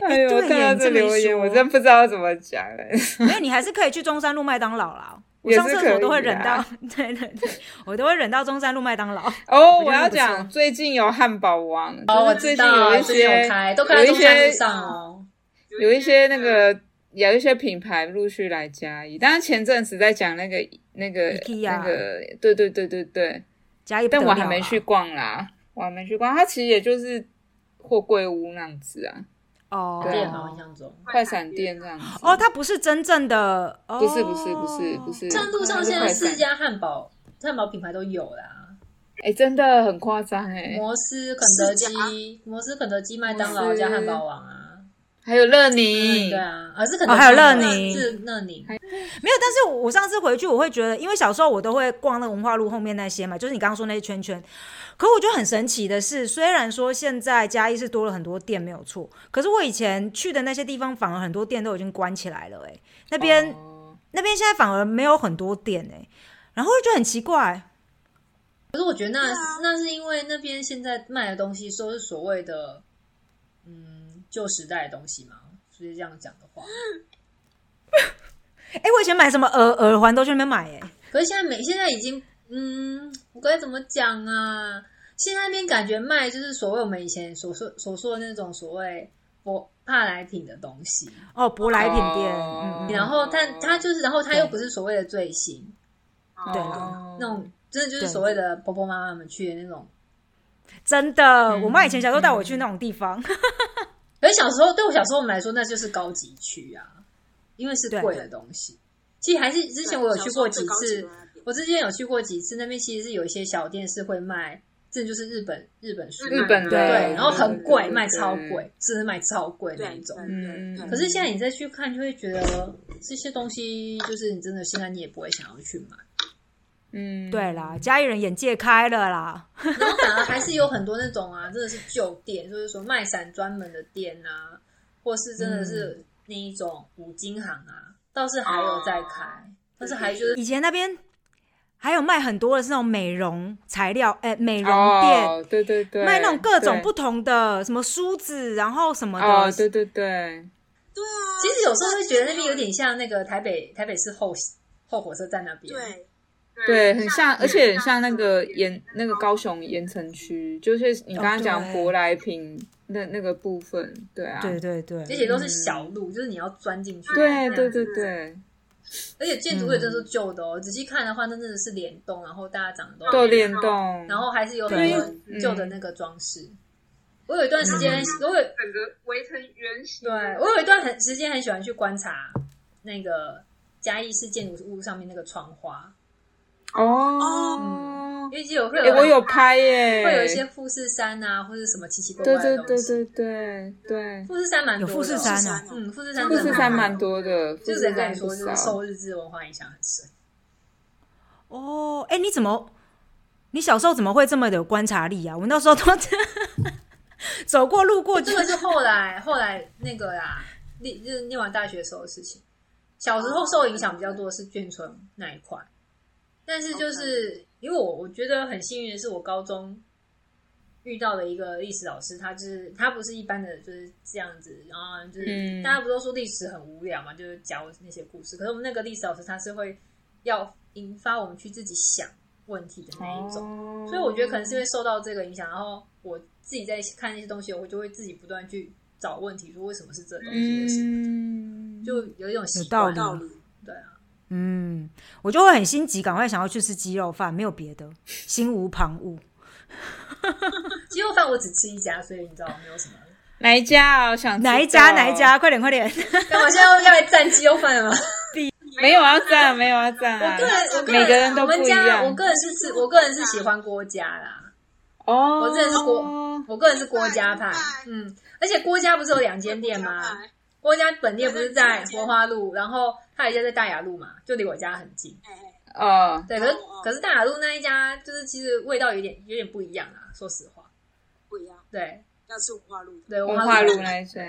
S4: 哎呦，
S2: 对
S4: 我
S2: 耶
S4: 看到
S2: 你
S4: 这
S2: 这么一
S4: 留言，
S2: 说
S4: 我真不知道怎么讲了。
S2: 没有，你还是可以去中山路麦当劳啦。我
S4: 也
S2: 上
S4: 是
S2: 厕
S4: 可
S2: 所都
S4: 以
S2: 会忍到
S4: 啦，
S2: 对对对，我都会忍到中山路麦当劳。
S4: 哦，
S2: 我觉得
S4: 我要
S2: 很不错
S4: 讲最近有汉堡王，
S3: 哦，我
S4: 就是最
S3: 知
S4: 近
S3: 道，
S4: 有一
S3: 最近有
S4: 些
S3: 开，都开在
S4: 有
S3: 中
S4: 一
S3: 山
S4: 些
S3: 路上哦。
S4: 有一些那个有一些品牌陆续来嘉义，当然前阵子在讲那个那个
S2: IKEA
S4: 那个，对对对对对，
S2: 嘉义不
S4: 但
S2: 得
S4: 我
S2: 了啊
S4: 还没
S2: 啦
S4: 去逛啦，我还没去逛，它其实也就是货柜屋那样子啊，
S2: 哦
S4: 对
S3: 店
S4: 啊
S3: 好像中。
S4: 快闪店这样子。
S2: 哦，它不是真正的，哦、
S4: 不是不是不是不是，
S3: 山路哦上
S4: 它是
S3: 现在
S4: 快
S3: 四
S4: 闪，
S3: 家汉堡汉堡品牌都有啦，
S4: 哎，真的很夸张哎，
S3: 摩斯、肯德基、摩斯、肯德基、麦当劳
S4: 摩斯
S3: 加汉堡王啊，
S4: 还有乐
S3: 嗯
S4: 宁，
S3: 对啊，而是肯德基
S2: 哦还有乐宁
S3: 是乐宁，
S2: 没有。但是我上次回去，我会觉得，因为小时候我都会逛那个文化路后面那些嘛，就是你刚刚说那些圈圈。可我觉得很神奇的是，虽然说现在嘉义是多了很多店没有错，可是我以前去的那些地方，反而很多店都已经关起来了、欸。哎，那边、
S4: 哦
S2: 那边现在反而没有很多店哎、然后我就觉得很奇怪。
S3: 可是我觉得那、那是因为那边现在卖的东西都是所谓的嗯旧时代的东西嘛，直接这样讲的话。
S2: 哎、我以前买什么耳耳环都去那边买哎、
S3: 可是现在每现在已经，嗯，我该怎么讲啊？现在那边感觉卖就是所谓我们以前所说所说的那种所谓舶舶来品的东西，
S2: 哦，舶来品店，
S4: 哦
S2: 嗯嗯，
S3: 然后但它就是，然后它
S2: 对
S3: 又不是所谓的最新
S2: 对啊啦，
S4: 哦
S3: 那种，真的就是
S2: 对
S3: 所谓的婆婆妈妈们去的那种。
S2: 真的，
S4: 嗯
S2: 我妈以前小时候带我去那种地方，
S3: 可是小时候对我小时候我们来说，那就是高级区啊，因为是
S2: 对
S3: 贵的东西。其实还是之前我有去过几次，我之前有去过几次，那边其实是有一些小店是会卖，这就是日本日本书，
S4: 日本的
S3: 对，
S4: 对
S3: 然后很贵，
S4: 对
S3: 卖超
S4: 对
S3: 贵，真的卖超贵那
S5: 对
S3: 一种。
S4: 嗯
S5: 对
S4: 嗯
S3: 可是现在你再去看，就会觉得这些东西，就是你真的现在你也不会想要去买，
S4: 嗯，
S2: 对啦，家里人眼界开了啦，
S3: 然后反而还是有很多那种啊，真的是旧店，就是说卖伞专门的店啊，或是真的是那一种五金行啊，倒是还有在开，但是还就是
S2: 以前那边还有卖很多的是那种美容材料，哎、美容店、
S4: 哦，对对对，
S2: 卖那种各种
S4: 对
S2: 不同的什么梳子，然后什么的，
S4: 哦，对对对，
S3: 其实有时候会觉得那边有点像那个台北台北市后后火车站那边，
S5: 对
S4: 对，很像，而且很像那个盐，那个高雄盐城区，就是你刚刚讲
S2: 哦对
S4: 舶来品那那个部分，对啊，
S2: 对对对
S3: 而且都是小路，就是你要钻进去。
S4: 对对对对，
S3: 而且建筑也真的是旧的哦，仔细看的话，那真的是联动，然后大家长得都
S4: 都
S3: 很
S4: 联
S3: 像
S4: 动，
S3: 然后还是有很
S2: 对
S3: 多旧的那个装饰。我有一段时间，我有
S5: 嗯整个围成圆形，
S3: 对我有一段很时间很喜欢去观察那个嘉义市建筑物上面那个窗花，
S4: 哦，
S3: 因为有会
S4: 哎，
S3: 有
S4: 我有拍耶，
S3: 会有一些富士山啊，或者什么奇奇怪怪
S4: 对
S3: 的
S4: 对
S3: 东西。
S4: 对对对对，
S3: 富士山蛮多的哦
S2: 有富士山啊
S3: 嗯，富士山
S4: 富士山
S3: 蛮
S4: 蛮多的，富
S3: 就是
S4: 士
S3: 人家
S4: 山
S3: 也
S4: 不
S3: 说，就是
S4: 少
S3: 受，日治文化影响很深。
S2: 哦，哎、你怎么，你小时候怎么会这么的有观察力啊？我那时候都， 走过路过就
S3: 这个是后来后来那个啦，念就是念完大学时候的事情。小时候受影响比较多是眷村那一块，但是就是因为我我觉得很幸运的是，我高中遇到了一个历史老师，他就是他不是一般的就是这样子，然后就是、
S4: 嗯
S3: 大家不都说历史很无聊嘛，就是讲那些故事。可是我们那个历史老师他是会要引发我们去自己想问题的那一
S4: 哦
S3: 种。所以我觉得可能是
S4: 嗯
S3: 因为受到这个影响，然后我自己在看那些东西，我就会自己不断去找问题，说为什么是这东西，为什么
S4: 嗯，
S3: 就有一种习
S2: 有道
S3: 惯
S2: 理
S3: 对啊，
S2: 嗯，我就会很心急，赶快想要去吃鸡肉饭，没有别 的，心无旁骛。
S3: 鸡肉饭我只吃一家，所以你知道我没有什么。
S4: 哪一家啊？我想知道
S2: 哪一家？哪一？家？快点，快点！
S3: 但我现在要要来蘸鸡肉 饭了吗？
S4: 没有要赞，没有要赞啊！
S3: 我个人，我个
S4: 每个人都
S3: 我
S4: 不
S3: 们
S4: 一
S3: 家，
S4: 样。
S3: 我个人是吃，我个人是喜欢郭家啦，
S4: 哦，
S3: 我真的是郭，我个人是郭家派。嗯，而且郭家不是有两间店吗？郭家本店不是在国花路，然后他有一家在大雅路嘛，就离我家很近。
S4: 哦，
S3: 对，可是
S5: 哦哦
S3: 可是大雅路那一家就是其实味道有点有点不一样啊，说实话。
S5: 不一样，
S3: 对
S5: 那是五花哦肉的。
S3: 对，
S4: 文化路
S3: 那。
S4: 那一家。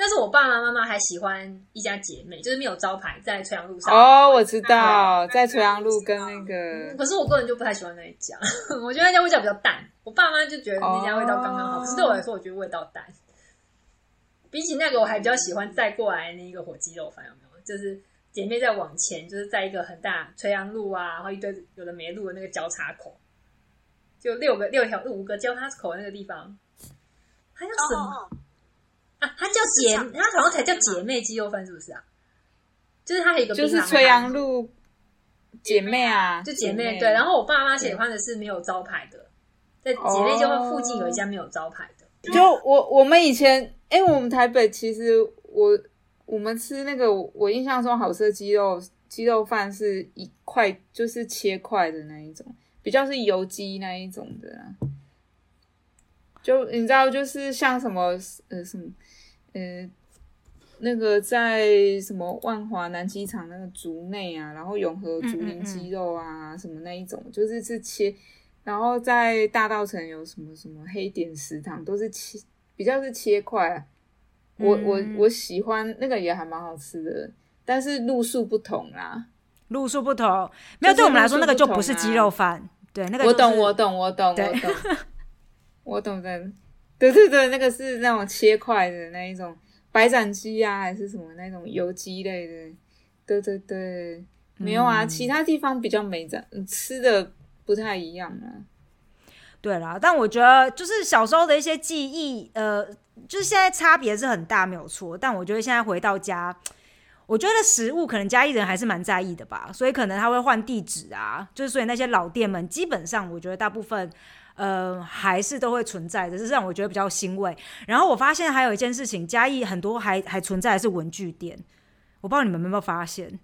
S3: 但是我爸爸妈妈还喜欢一家姐妹，就是没有招牌在垂杨路上。
S4: 哦，我知道，在垂杨路跟那个
S3: 可是我个人就不太喜欢那一家， 我觉得那家味道比较淡。我爸妈就觉得那家味道刚刚好，
S4: 哦
S3: 可是对我来说，我觉得味道淡。比起那个，我还比较喜欢再过来那一个火鸡肉饭，有没有？就是姐妹再往前，就是在一个很大垂杨路啊，然后一堆有的没路的那个交叉口，就六个六条五个交叉口的那个地方，它叫什么、
S5: 哦哦，
S3: 啊？它叫姐，
S5: 市场
S3: 它好像才叫姐妹鸡肉饭，是不是啊？就是它还有一个
S4: 就是
S3: 槟榔
S4: 垂
S3: 摊
S4: 杨路姐妹啊，
S3: 就姐妹对，然后我爸妈喜欢的是没有招牌的，在
S2: 哦
S3: 姐妹就会附近有一家没有招牌的，
S4: 就我我们以前，哎、我们台北其实我我们吃那个，我印象中好吃的鸡肉鸡肉饭是一块就是切块的那一种，比较是油鸡那一种的啦。就你知道，就是像什么呃什么呃那个在什么万华南机场那个竹内啊，然后永和竹林鸡肉啊、什么那一种，就是是切。然后在大道城有什么什么黑点食堂，都是切比较是切块、啊。我我
S2: 嗯
S4: 我喜欢那个也还蛮好吃的，但是路数不同啦。
S2: 路数不同，没有
S4: 就是
S2: 对我们来说，
S4: 路数
S2: 那个就
S4: 不
S2: 不是
S4: 同啊
S2: 鸡肉饭，对，那个
S4: 我
S2: 就是
S4: 懂，我懂，我懂，我
S2: 对
S4: 懂，我懂的。对对对，那个是那种切块的那一种白斩鸡啊，还是什么那种油鸡类的。对对对，没有啊，
S2: 嗯
S4: 其他地方比较没长，嗯吃的不太一样啊。
S2: 对啦，但我觉得就是小时候的一些记忆，呃，就是现在差别是很大，没有错。但我觉得现在回到家，我觉得食物可能家里人还是蛮在意的吧，所以可能他会换地址啊，就是所以那些老店们基本上，我觉得大部分。呃，还是都会存在的，这是让我觉得比较欣慰。然后我发现还有一件事情，嘉义很多还还存在的是文具店，我不知道你们有没有发现，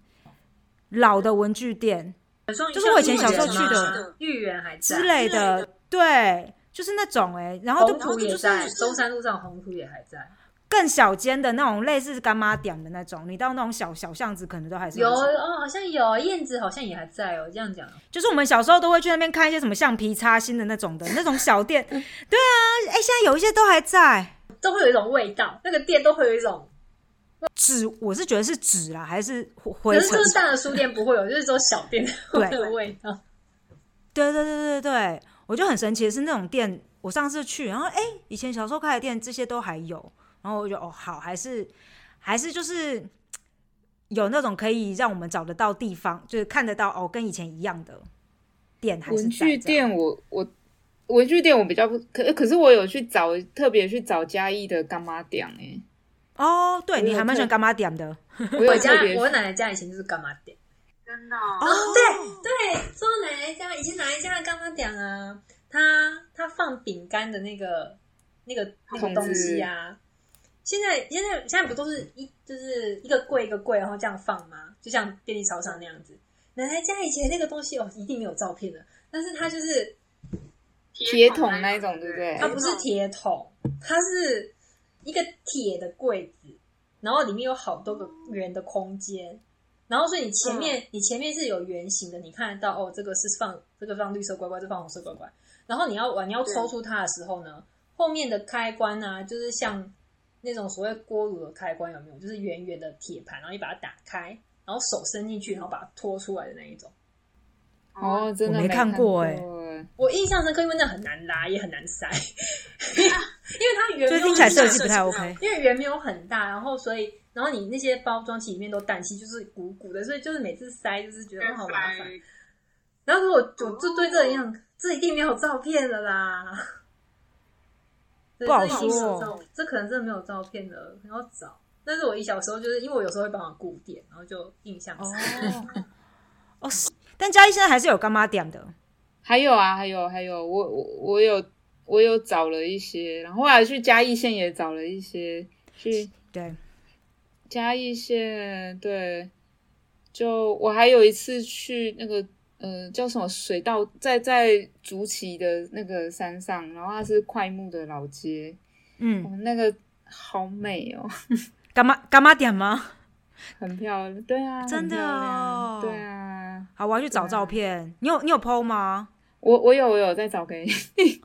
S2: 老的文具店，就是我以前小时候去的
S3: 豫园还在
S2: 之，类的，对，就是那种哎、然后就
S3: 红土也
S2: 就是
S3: 在，中山路上红土也还在，
S2: 更小间的那种，类似干妈点的那种，你到那种小小巷子，可能都还是
S3: 有
S2: 那种
S3: 哦，好像有燕子，好像也还在哦。这样讲，
S2: 就是我们小时候都会去那边看一些什么橡皮擦心的那种的那种小店，
S3: 嗯
S2: 对啊，哎、现在有一些都还在。
S3: 都会有一种味道，那个店都会有一种，
S2: 纸，我是觉得是纸啦，还是灰
S3: 可
S2: 灰
S3: 是
S2: 尘
S3: 就？是大的书店不会有，就是只有小店会有味道。
S2: 对对对对对，我就很神奇的是那种店，我上次去，然后哎、以前小时候开的店这些都还有，然后我就哦好，还是还是就是嘖有那种可以让我们找得到地方，就是看得到哦，跟以前一样的店还是
S4: 文
S2: 在
S4: 具
S2: 这样
S4: 店我，我文具店我比较不可，呃可是我有去找特别去找嘉义的干妈店 哎、
S2: 哦，对
S4: 我有
S2: 你还蛮喜欢干妈点的，哦
S4: 我
S3: 我
S4: 有
S3: 家
S4: 特别
S3: 我奶奶家以前就是干妈店，
S5: 真的哦，
S3: 对，说到奶奶家以前奶奶家的干妈店啊，她她放饼干的那个那个那个东西啊，现在现在现在不都是一就是一个柜一个柜，然后这样放吗？就像便利超商那样子。奶奶家以前那个东西哦，一定没有照片的，但是它就是
S4: 铁桶那一种，对不对？
S3: 啊它不是铁桶，它是一个铁的柜子，然后里面有好多个圆的空间，然后所以你
S2: 嗯
S3: 前面、你前面是有圆形的，你看得到哦，这个是放这个放绿色乖乖，这放红色乖乖，然后你要玩你要抽出它的时候呢，后面的开关呢、就是像那种所谓锅炉的开关有没有？就是圆圆的铁盘，然后你把它打开，然后手伸进去，然后把它拖出来的那一种。
S4: 哦，真的
S2: 我没看
S4: 看
S2: 过
S4: 哎
S2: 哎、
S3: 我印象深刻，因为那很难拉，也很难塞， 因为它圆
S2: 啊所
S3: 没
S2: 以
S3: 有
S2: 听起来
S3: 很大
S2: 设计不太 OK。
S3: 因为圆没有很大，然后所以然后你那些包装其实里面都氮气，就是鼓鼓的，所以就是每次塞就是觉得哦好麻烦。
S4: 嗯
S3: 然后如果我我就对这一样，这一定没有照片的 啦。对
S2: 不好
S3: 这一定没有
S2: 说哦
S3: 照这可能真的没有照片的，很好找。但是我一小时候就是因为我有时候会帮忙顾店，然后就印象深刻。
S2: 哦，哦是，但嘉义现在还是有干妈店的，
S4: 还有啊，还有还有，我我我有我有找了一些，然后后来去嘉义县也找了一些，去
S2: 对，
S4: 嘉义县对，就我还有一次去那个呃叫什么水稻，在在竹崎的那个山上，然后它是快木的老街，
S2: 嗯，
S4: 哦，那个好美哦，
S2: 干妈干妈店吗？
S4: 很漂亮，对啊，
S2: 真的
S4: 很漂
S2: 哦
S4: 亮对啊，
S2: 好，我要去找照片。你有你有 PO 吗？
S4: 我我有我有在找给你，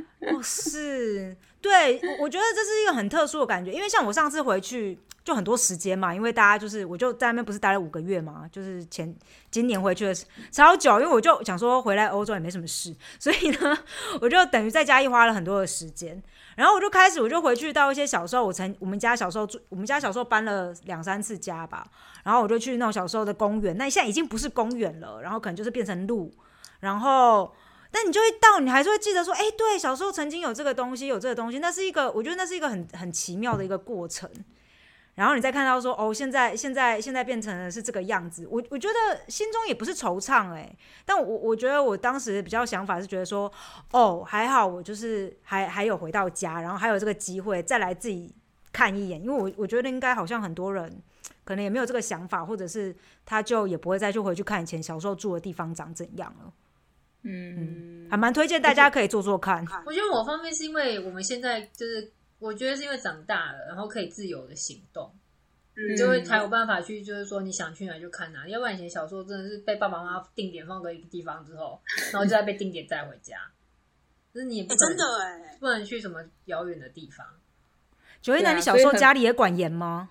S2: 哦，是，对，我我觉得这是一个很特殊的感觉，因为像我上次回去就很多时间嘛，因为大家就是我就在那边不是待了五个月嘛，就是前今年回去的时超久，因为我就想说回来欧洲也没什么事，所以呢，我就等于在家一花了很多的时间，然后我就开始我就回去到一些小时候我曾我们家小时候住我们家小时候搬了两三次家吧，然后我就去那种小时候的公园，那现在已经不是公园了，然后可能就是变成路，然后。但你就会到，你还是会记得说，哎、对，小时候曾经有这个东西，有这个东西，那是一个，我觉得那是一个很很奇妙的一个过程。然后你再看到说，哦，现在现在现在变成了是这个样子，我我觉得心中也不是惆怅哎、但我我觉得我当时比较想法是觉得说，哦，还好我就是还还有回到家，然后还有这个机会再来自己看一眼，因为我我觉得应该好像很多人可能也没有这个想法，或者是他就也不会再去回去看以前小时候住的地方长怎样了，
S4: 嗯，
S2: 还蛮推荐大家可以做 做看。
S3: 我觉得某方面是因为我们现在就是，我觉得是因为长大了，然后可以自由的行动，
S5: 嗯
S3: 你就会才有办法去，就是说你想去哪就看哪。要不然以前小时候真的是被爸爸妈妈定点放个一个地方之后，然后就再被定点带回家，就是你也不
S5: 哎，
S3: 可
S5: 真
S3: 能、
S5: 的哎，
S3: 不能去什么遥远的地方。
S2: 九一
S4: 对啊
S2: 男，你小时
S4: 所以
S2: 候
S4: 很
S2: 家里也管严吗？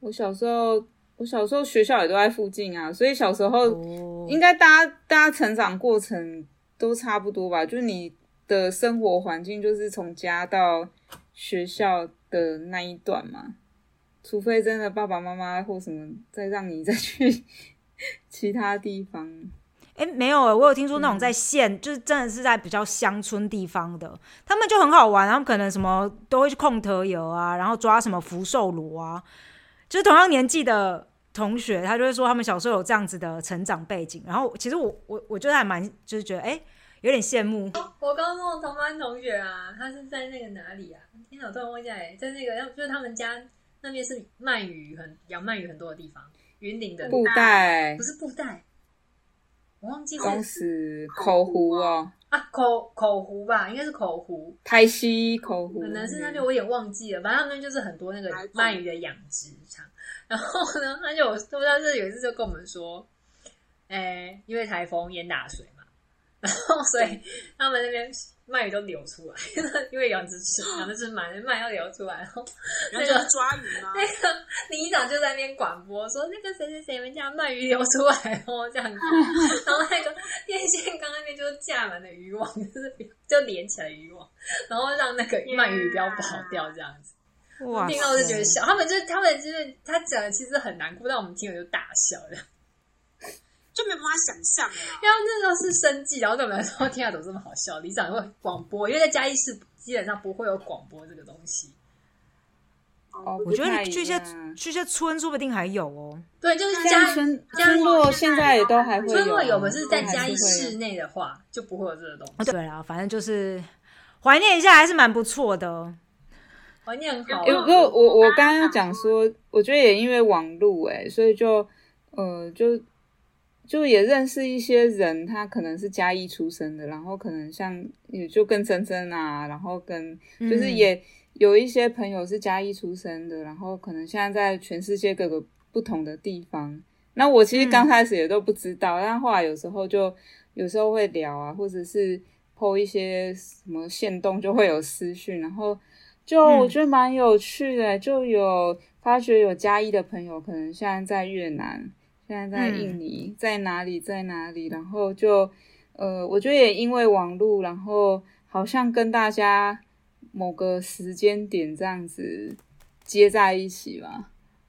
S4: 我小时候我小时候学校也都在附近啊，所以小时候。
S2: 哦
S4: 应该大家大家成长过程都差不多吧，就是你的生活环境就是从家到学校的那一段嘛，除非真的爸爸妈妈或什么再让你再去 其他地方。
S2: 哎、没有、欸，我有听说
S4: 嗯
S2: 那种在县，就是真的是在比较乡村地方的，他们就很好玩，他们可能什么都会去控头油啊，然后抓什么福寿螺啊，就是同样年纪的同学，他就会说他们小时候有这样子的成长背景，然后其实我我我觉得还蛮就是觉得哎、欸有点羡慕，
S3: 我高中的同班同学啊，他是在那个哪里啊？天哪，我突然忘记来，在那个就是他们家那边是鳗鱼很养鳗鱼很多的地方，云林的
S4: 布袋
S3: 不、是布袋，我忘记是
S4: 公司、口湖哦，
S3: 啊，口口湖吧，应该是口湖，
S4: 台西口湖，
S3: 可能是那边我有点忘记了。反正他们就是很多那个
S5: 哪一种
S3: 鳗鱼的养殖场。然后呢，他就有，他当时有一次就跟我们说，哎、因为台风淹大水嘛，然后所以他们那边鳗鱼都流出来，因为养殖池养殖池满了鳗要流出来，然后
S5: 然后就是抓 鱼吗？
S3: 里长就在那边广播说：“那个谁谁谁，你们家鳗鱼流出来哦，这样子。”然后那个电线杆那边就架满了渔网，就是就连起来渔网，然后让那个鳗鱼不要跑掉，这样子。
S2: 哇塞！
S3: 听到就觉得笑，他们就他们就是他讲的其实很难过，但我们听了就大笑的。
S5: 就没办法想象啊。
S3: 然后那时候是生气，然后对我们来说，天啊，怎么这么好笑？里长会广播，因为在嘉义市基本上不会有广播这个东西。
S4: 哦，
S2: 我觉
S4: 不
S2: 得
S4: 太
S2: 去一
S4: 一
S2: 些
S4: 样啊
S2: 去一些村，说不定还有哦。
S3: 对，就是
S4: 现
S3: 嘉
S4: 在村
S3: 家
S4: 村落现在也都还会有啊，
S3: 村落有，可是在
S4: 都还
S3: 嘉
S4: 会
S3: 义
S4: 有
S3: 市内的话，就不会有这个东西。
S2: 哦，对啦，反正就是怀念一下，还是蛮不错的。哦
S3: 怀念很好啊、
S4: 欸，不过我我刚刚要讲说，我觉得也因为网络哎、所以就呃就就也认识一些人，他可能是嘉义出生的，然后可能像也就跟珍珍啊，然后跟就是
S2: 嗯
S4: 也有一些朋友是嘉义出生的，然后可能现在在全世界各个不同的地方。那我其实刚开始也都不知道，但后来有时候就有时候会聊啊，或者是 PO 一些什么线动，就会有私讯，然后就我觉得蛮有趣的，欸就有发觉有嘉义的朋友，可能现在在越南，现在在印尼，在哪里在哪里，然后就呃，我觉得也因为网络，然后好像跟大家某个时间点这样子接在一起吧。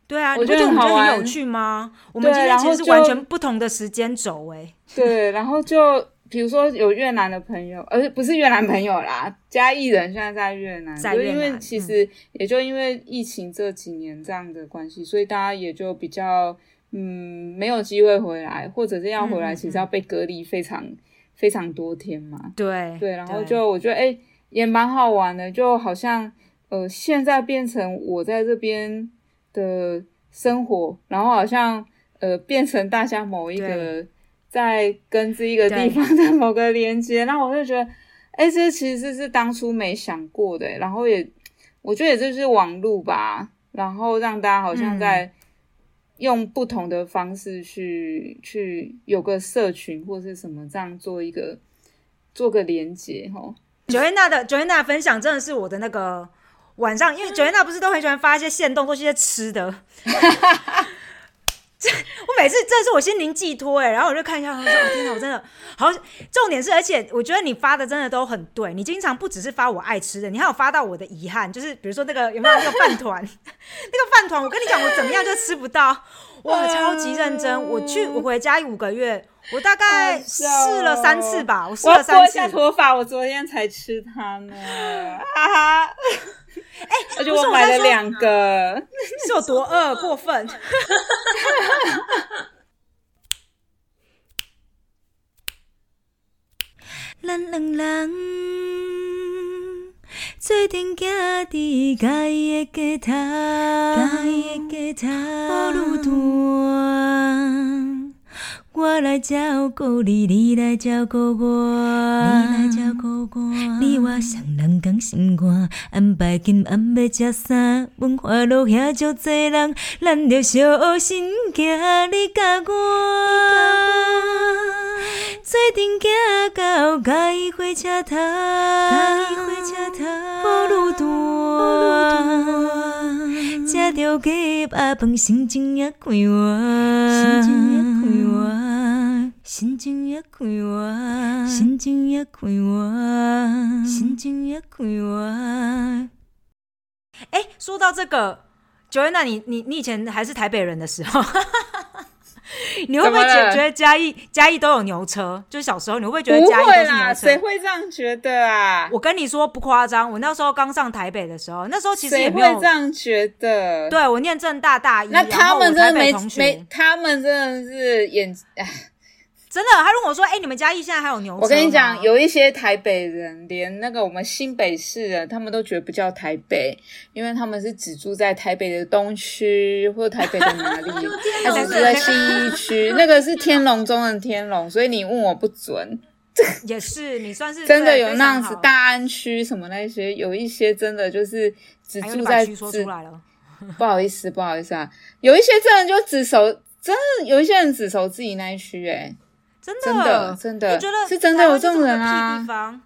S2: 对啊，
S4: 我
S2: 你不
S4: 觉
S2: 觉
S4: 得
S2: 得
S4: 很
S2: 我们觉得
S4: 好
S2: 很有
S4: 玩
S2: 趣吗？我们今天
S4: 然
S2: 其
S4: 后
S2: 实是完
S4: 就
S2: 全不同的时间轴哎、
S4: 对，然后就比如说有越南的朋友，而、呃、不是越南朋友啦，嘉义人现在在越南，
S2: 在
S4: 就
S2: 越
S4: 因为
S2: 南嗯
S4: 其实、也就因为疫情这几年这样的关系，所以大家也就比较嗯没有机会回来，或者是要回
S2: 嗯嗯
S4: 来，
S2: 嗯
S4: 其实要被隔离非常、非常多天嘛。
S2: 对
S4: 对，然后就我觉得哎、也蛮好玩的，就好像呃现在变成我在这边的生活，然后好像呃变成大家某一个在跟这一个地方的某个连接， 那我就觉得哎、这其实是当初没想过的，然后也我觉得也就是网络吧，然后让大家好像在。
S2: 嗯
S4: 用不同的方式去去有个社群或是什么，这样做一个做个连接哈。吼
S2: 九月娜的九月娜分享真的是我的那个晚上，因为九月娜不是都很喜欢发一些现动，都是一些吃的。 这我每次这是我心灵寄托哎、然后我就看一下，我说、哦、天哪，我真的好。重点是，而且我觉得你发的真的都很对，你经常不只是发我爱吃的，你还有发到我的遗憾，就是比如说那个有没有那个饭团， 那个饭团，我跟你讲，我怎么样就吃不到，哇，超级认真。我去我回家五个月，我大概
S4: 好笑哦
S2: 试了三次吧，我试
S4: 我要
S2: 了
S4: 拨
S2: 三
S4: 一
S2: 次
S4: 下。头发，我昨天才吃它 呢，哈哈。哎、而且
S2: 不是
S4: 我
S2: 我
S4: 买
S2: 在
S4: 了
S2: 说
S4: 两个，
S2: 是 有多饿？过分！
S1: 咱两人做阵行伫家己的街头，家己的街头路段，我来照顾你，你来照顾我，你来照顾我，你我双人同心肝，安排今暗要食啥，文化路遐足多人，咱着小心行，你甲我。做阵行到甲伊火车头，甲伊火车头，雨段，食着鸡巴饭，心情也快活，心情也快活，心情也快活，心情也快活，心情也快活。
S2: 哎、说到这个，Joanna，你你你以前还是台北人的时候， 你会不会
S4: 怎么
S2: 觉
S4: 了
S2: 觉得嘉义嘉义都有牛车？就是小时候你会不会觉得
S4: 不
S2: 嘉义都
S4: 会
S2: 是
S4: 啦，
S2: 牛
S4: 谁
S2: 车？
S4: 会这样觉得啊？
S2: 我跟你说不夸张，我那时候刚上台北的时候，那时候其实也
S4: 谁
S2: 没
S4: 会
S2: 有
S4: 这样觉得？。
S2: 对我念正大大一，
S4: 啊那
S2: 然
S4: 他
S2: 后我
S4: 们真
S2: 台
S4: 的
S2: 北
S4: 没
S2: 同
S4: 没
S2: 学，
S4: 他们真的是眼，哎
S2: 真的，他问我说：“哎、你们嘉义现在还有牛车吗？”
S4: 我跟你讲，有一些台北人，连那个我们新北市人，他们都觉得不叫台北，因为他们是只住在台北的东区或台北的哪 里，他只
S2: 啊
S4: 住在信义区，那个是天龙中的天龙，所以你问我不准。
S2: 也是，你算是
S4: 真的
S2: 对
S4: 有
S2: 非
S4: 那样
S2: 常
S4: 子
S2: 好
S4: 大安区什么那些，有一些真的就是只
S2: 哎呦
S4: 住
S2: 你把
S4: 在
S2: 区说
S4: 只
S2: 出来了，
S4: 不好意思，不好意思啊，有一些真的就只熟，真的有一些人只熟自己那一区、欸，哎，
S2: 真的
S4: 真的真的
S2: 我觉得
S4: 是真的
S2: 台湾
S4: 有这种
S2: 么个
S4: 人啊
S2: 屁地方。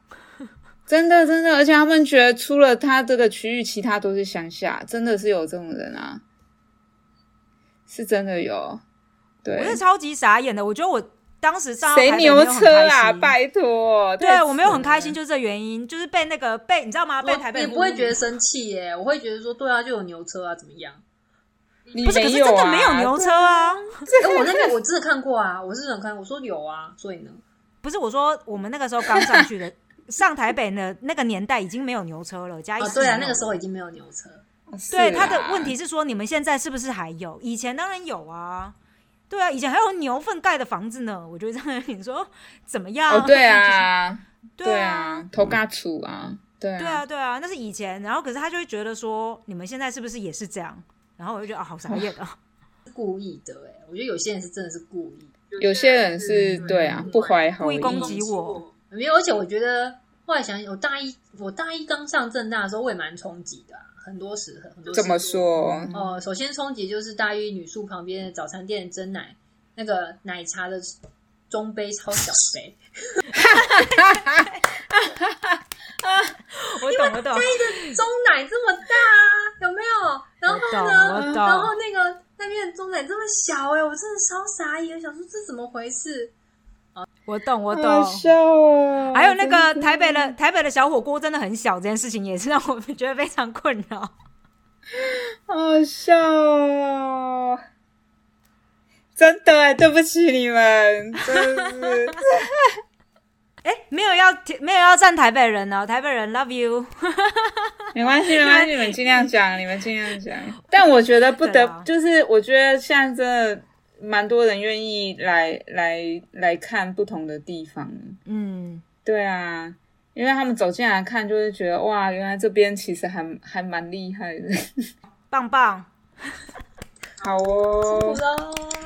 S4: 真的真的，而且他们觉得除了他这个区域，其他都是乡下，真的是有这种人啊，是真的有。对
S2: 我，是超级傻眼的。我觉得我当时上到
S4: 谁
S2: 台北没有
S4: 牛
S2: 很
S4: 车
S2: 开
S4: 啊？
S2: 心
S4: 拜托，太
S2: 对我没有很
S4: 扯
S2: 开心，
S4: 了。
S2: 就是这原因，就是被那个被你知道吗？被台
S3: 我
S2: 北
S3: 也
S2: 呼
S3: 不会觉得生气耶，我会觉得说，对啊，就有牛车啊，怎么样？
S4: 你
S2: 不是，可
S4: 没
S2: 是真
S4: 有
S2: 的
S4: 啊，
S2: 没有牛车啊。
S3: 哎、我那个我真的看过啊，我是有看，我说有啊，所以呢，
S2: 不是我说，我们那个时候刚 上去的，上台北呢那个年代已经没有牛车了，嘉义
S3: 啊，
S2: 是
S3: 对啊，
S2: 没
S3: 那
S2: 有
S3: 个时候已经没有牛车，
S4: 是啊。
S2: 对他的问题是说，你们现在是不是还有？以前当然有啊。对啊，以前还有牛粪盖的房子呢，我就这样你说怎么样？
S4: 哦，对， 啊，
S2: 对
S4: 对
S2: 啊，
S4: 啊，头嘎楚啊，对
S2: 对啊，对啊，那是以前。然后可是他就会觉得说，你们现在是不是也是这样？然后我就觉得啊，好傻眼啊！
S3: 是故意的哎，我觉得有些人是真的是故意，
S4: 有些人是对啊，不怀好
S2: 故意
S4: 意
S2: 攻击我，
S3: 没有，而且我觉得后来想，我大一我大一刚上正大的时候，我也蛮冲击的啊、很多时很多时
S4: 怎么？说？
S3: 哦、首先冲击就是大一女宿旁边的早餐店的蒸奶，那个奶茶的中杯超小杯，仔这么大啊，有没有？然后
S2: 我懂我
S3: 呢，
S2: 懂
S3: 嗯然后那个那边的中仔这么小哎、我真的超傻眼，想说这怎么回事？
S2: 我懂，我懂。
S4: 好笑哦！
S2: 啊还有那个
S4: 真
S2: 台北的台北的小火锅真的很小，这件事情也是让我们觉得非常困扰。
S4: 好笑哦！真的哎，对不起你们，真的是
S2: 哎、没有要没有要站台北人哦，台北人 love you。
S4: 没关系，没关系，你们尽量讲，你们尽量讲。但我觉得不
S2: 对
S4: 得，
S2: 啊
S4: 就是我觉得现在真的蛮多人愿意来来来看不同的地方。
S2: 嗯，
S4: 对啊，因为他们走进来看，就会觉得哇，原来这边其实还还蛮厉害的。
S2: 棒棒。
S4: 好
S3: 不
S4: 哦
S3: 知，道